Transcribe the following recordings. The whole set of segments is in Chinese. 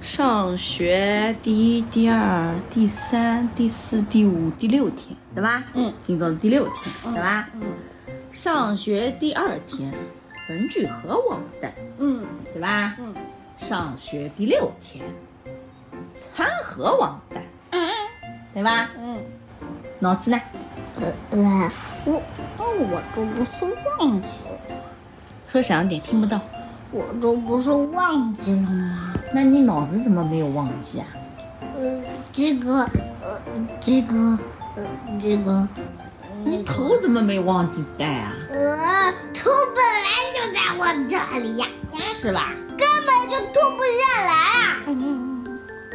上学第一、第二、第三、第四、第五、第六天，对吧？嗯，今早第六天，对吧？嗯上学第二天，文具盒我们带，嗯对吧？嗯上学第六天，餐盒我们带，对吧？嗯脑子呢？嗯，我那我这不是忘记了，说响点，听不到。我这不是忘记了吗？那你脑子怎么没有忘记啊？呃，这个呃，这个呃，这个，嗯你头怎么没忘记带啊？呃，头本来就在我这里呀，是吧？根本就脱不下来啊。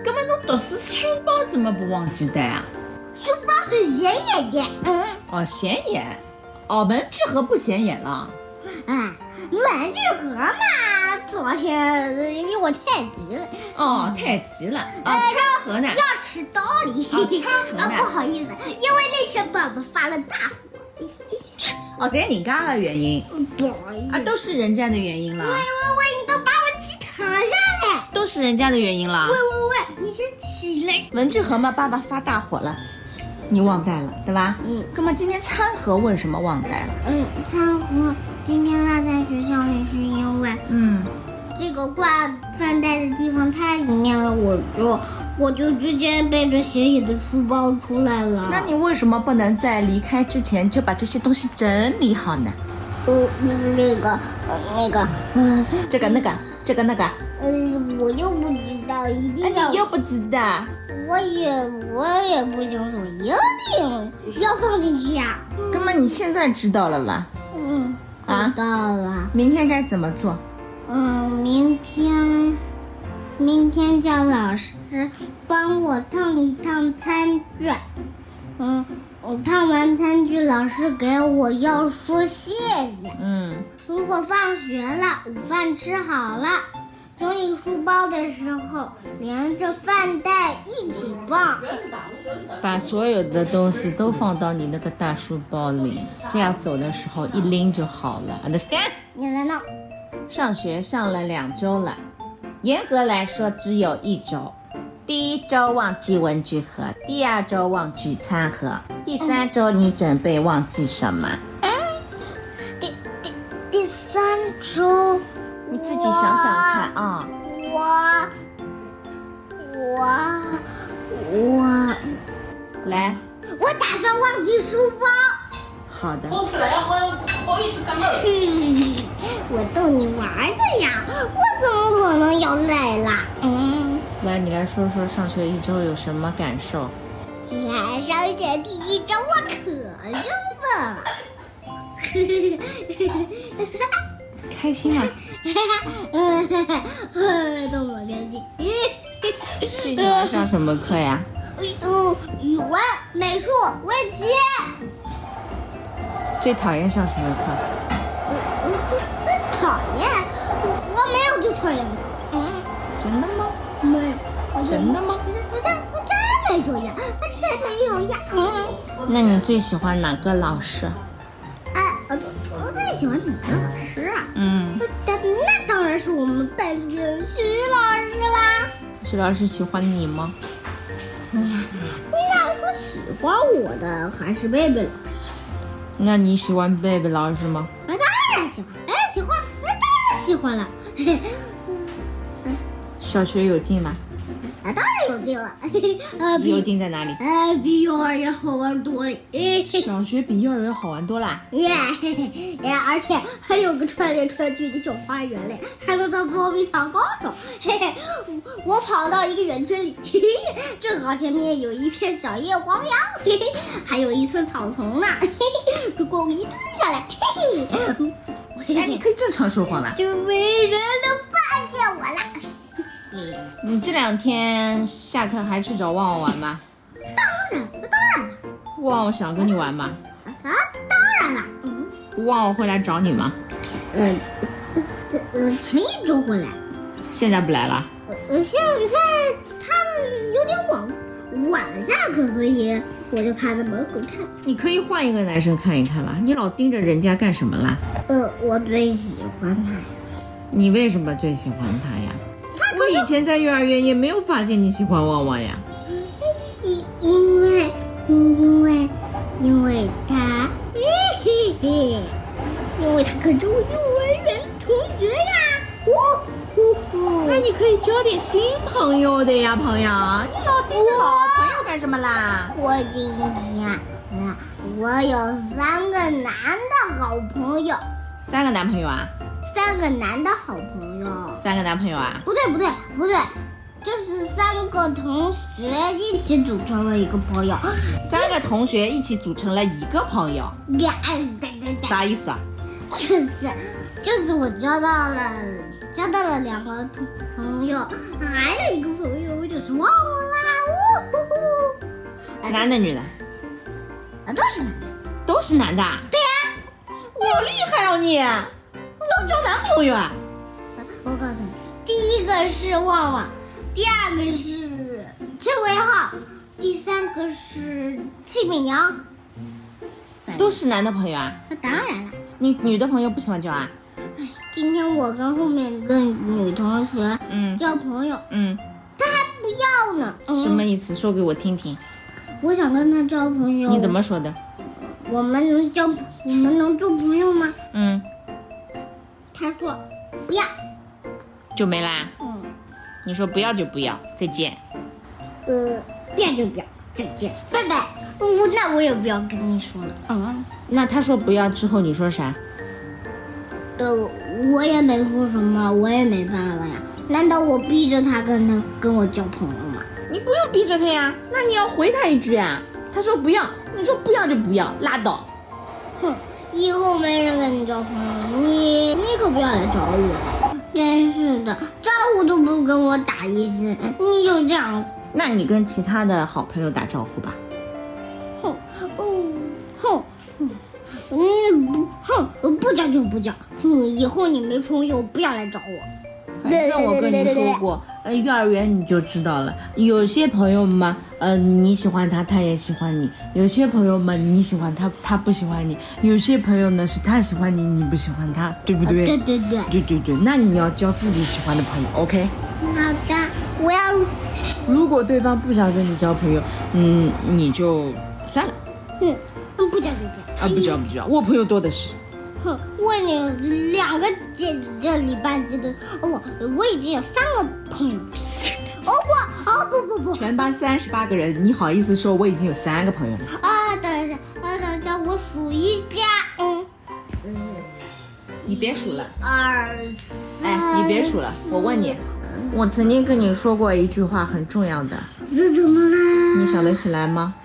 根本都读书，书包怎么不忘记带啊？书包很显眼的，嗯哦，显眼，哦，文具盒不显眼了。啊，玩具盒嘛，昨天呃因为我太急了，哦，太急了。哦，餐盒呢？要迟到了，啊插盒呢 啊不好意思，因为那天爸爸发了大火，哦，侪人家的原因不好意啊，思，都是人家的原因了，喂喂，你都把我挤躺下来。都是人家的原因了喂。喂喂，你先起来。文具盒嘛，爸爸发大火了，你忘带了，对吧？嗯。那么今天餐盒为什么忘带了？嗯，餐盒今天落在学校里是因为嗯，这个挂饭袋的地方太里面了，我就我就直接背着斜眼的书包出来了。啊那你为什么不能在离开之前就把这些东西整理好呢？呃，就是那个呃那个，嗯、这个那个，这个那个，呃，我又不知道，一哎，定要，你又不知道。我也我也不清楚，一定要放进去呀、那么你现在知道了吧？嗯，啊知道了。明天该怎么做？嗯，明天，明天叫老师帮我烫一烫餐具。嗯，我烫完餐具，老师给我要说谢谢。嗯，如果放学了，午饭吃好了，整理书包的时候，连着饭袋一起放。把所有的东西都放到你那个大书包里，这样走的时候一拎就好了。Understand？你来闹，上学上了两周了，严格来说只有一周。第一周忘记文具盒，第二周忘记餐盒，第三周你准备忘记什么？第第第三周，你自己想想看啊、我我我来，我打算忘记书包。好的，跑出来好好意思讲了。嗯，我逗你玩儿的呀，我怎么可能要累啦？嗯，来你来说说上学一周有什么感受？哎呀，上学第一周我可 兴奋了。开心啊！嗯，逗我开心。 最喜欢上什么课呀？嗯，语文、美术、围棋，最讨厌上什么课？我我最最讨厌，我我没有最讨厌的。嗯。真的吗？没，我真的吗？我真我真我真没有呀，我真没有呀。那你最喜欢哪个老师？哎、我最我最喜欢哪个老师啊？嗯，那那当然是我们班主任徐老师啦。徐老师喜欢你吗？那要说喜欢我的还是贝贝老师，那你喜欢贝贝老师吗？那当然喜欢，哎喜欢，那当然喜欢了，嘿嘿小学有劲吗？那哎当然有劲了， 嘿嘿呃有比劲在哪里？哎比幼儿园好玩多了，嘿嘿小学比幼儿园好玩多 啦。耶！哎， 而且还有个穿来穿去的小花园嘞，还能当捉迷藏高手。嘿嘿，我我跑到一个园区里，嘿嘿，正好前面有一片小叶黄杨，嘿嘿，还有一寸草丛呢。嘿嘿，如果我一蹲下来，嘿嘿，哎，你可以正常说话啦。就没人能发现我了。你这两天下课还去找旺旺玩吗？当然，当然了，旺旺想跟你玩吗？啊，当然了，嗯旺旺会来找你吗？嗯嗯嗯，前一周回来。现在不来了。呃，现在他们有点晚晚下课，所以我就趴在门口看。你可以换一个男生看一看嘛。你老盯着人家干什么啦？呃，我最喜欢他，你为什么最喜欢他呀？他我以前在幼儿园也没有发现你喜欢旺旺呀。 因因为因因为因为他， 嘿嘿嘿，因为他可是我幼儿园同学呀，呜呼呼。那你可以交点新朋友的呀，朋友。你老盯着啊老朋友干什么啦？我今天啊，我有三个男的好朋友，三个男朋友啊？三个男的好朋友，三个男朋友啊？不对不对不对，就是三个同学一起组成了一个朋友，三个同学一起组成了一个朋友，俩对对对，啥意思啊？就是就是我交到了交到了两个同朋友，还有一个朋友我就是忘了啦，呜呼呼，男的女的啊都是男的，都是男的啊？对呀、好厉害哦你！都交男朋友啊？我告诉你，第一个是旺旺，第二个是崔维浩，第三个是戚敏阳。三都个是男的朋友啊？那当然了，你女的朋友不喜欢交啊？今天我跟后面一个女同学嗯交朋友，嗯，她还不要呢。什么？意思？说给我听听。我想跟她交朋友。你怎么？说的？我们能交？我们能做朋友吗？嗯，她说不要。就没啦。嗯，你说不要就不要，再见。呃，不要就不要，再见，拜拜。我那我也不要跟你说了。啊，那他说不要之后，你说啥？呃，我也没说什么，我也没办法呀。难道我逼着他跟他跟我交朋友吗？你不用逼着他呀，那你要回他一句啊。他说不要，你说不要就不要，拉倒。哼，以后没人跟你交朋友，你你可不要来找我。真是的，招呼都不跟我打一声，你就这样，那你跟其他的好朋友打招呼吧。哼，哦，哼，哼嗯，不，哼，我不交就不交，哼，以后你没朋友不要来找我。反正我跟你说过，呃，幼儿园你就知道了。有些朋友嘛，呃，你喜欢他，他也喜欢你；有些朋友嘛，你喜欢他，他不喜欢你；有些朋友呢，是他喜欢你，你不喜欢他，对不啊对？对对对，对对对，那你要交自己喜欢的朋友，OK？好的，我要如果对方不想跟你交朋友，嗯，你就算了嗯，嗯不交就不啊，不交不交，我朋友多的是。交。哼，我有两个这这礼拜之的，哦我我已经有三个朋友了。哦不，哦不不不，全班三十八个人，你好意思说我已经有三个朋友了？啊等一下，啊等一下，我数一下，嗯，你别数了，二三，哎，你别数了，我问你，我曾经跟你说过一句话很重要的，四，这怎么啦？你想得起来吗？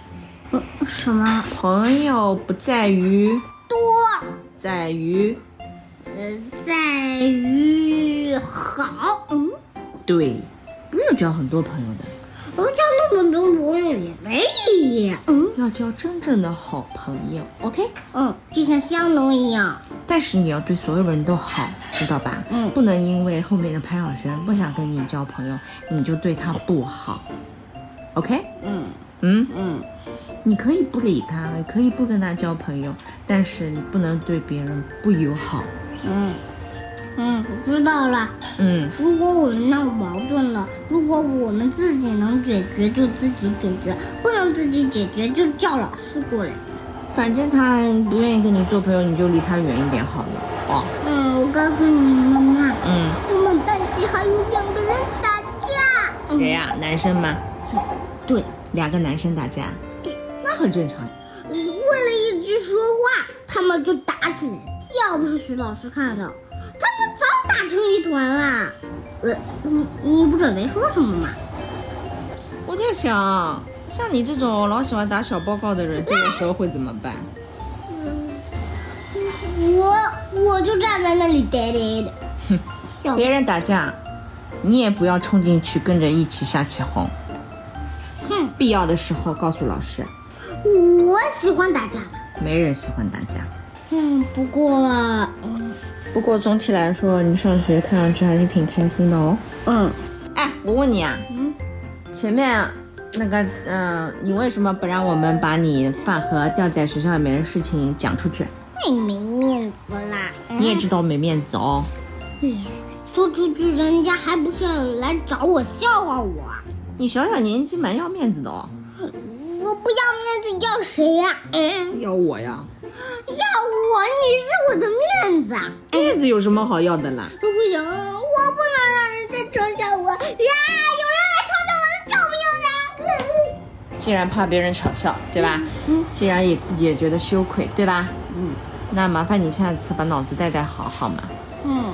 嗯什么？朋友不在于，多，在于呃，在于好，嗯，对，不用交很多朋友的，我交哦那么多朋友也没意义，嗯要交真正的好朋友，OK？嗯，就像香农一样，但是你要对所有人都好，知道吧？嗯不能因为后面的潘晓璇不想跟你交朋友，你就对他不好，OK？嗯嗯，嗯。你可以不理他，你可以不跟他交朋友，但是你不能对别人不友好。嗯，嗯，知道了。嗯，如果我们闹矛盾了，如果我们自己能解决就自己解决，不能自己解决就叫老师过来。反正他不愿意跟你做朋友，你就离他远一点好了。哦，嗯，我告诉你妈妈，嗯，我们班级还有两个人打架。谁呀、男生吗？对，两个男生打架，那很正常。为嗯了一句说话，他们就打起来了。要不是徐老师看到，他们早打成一团啦。呃，你你不准备说什么吗？我在想，像你这种老喜欢打小报告的人，这个时候会怎么办？我我就站在那里呆呆的。哼，笑别人打架，你也不要冲进去跟着一起瞎起哄。哼，必要的时候告诉老师，我喜欢打架。没人喜欢打架。嗯，不过，嗯不过总体来说，你上学看上去还是挺开心的哦。嗯哎，我问你啊，嗯，前面那个，嗯、你为什么不让我们把你饭盒掉在学校里面的事情讲出去？太没面子啦！哎你也知道没面子哦。哎呀，说出去，人家还不是来找我笑话我？你小小年纪蛮要面子的哦。我不要面子，要谁呀、嗯，要我呀？要我，你是我的面子啊！面子有什么好要的啦？不行，我不能让人再嘲笑我呀！有人来嘲笑我，救命啊！既然怕别人嘲笑，对吧？嗯既然也自己也觉得羞愧，对吧？嗯那麻烦你下次把脑子带带好，好吗？嗯，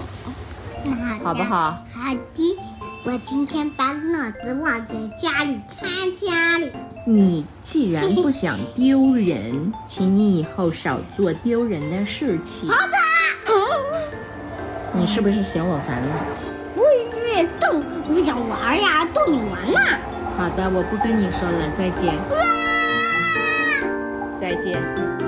那好不好？好的，我今天把脑子忘在家里，看家里。你既然不想丢人，请你以后少做丢人的事情。嗯，你是不是嫌我烦了？不是动，我想玩呀，逗你玩呐。好的，我不跟你说了，再见。再见。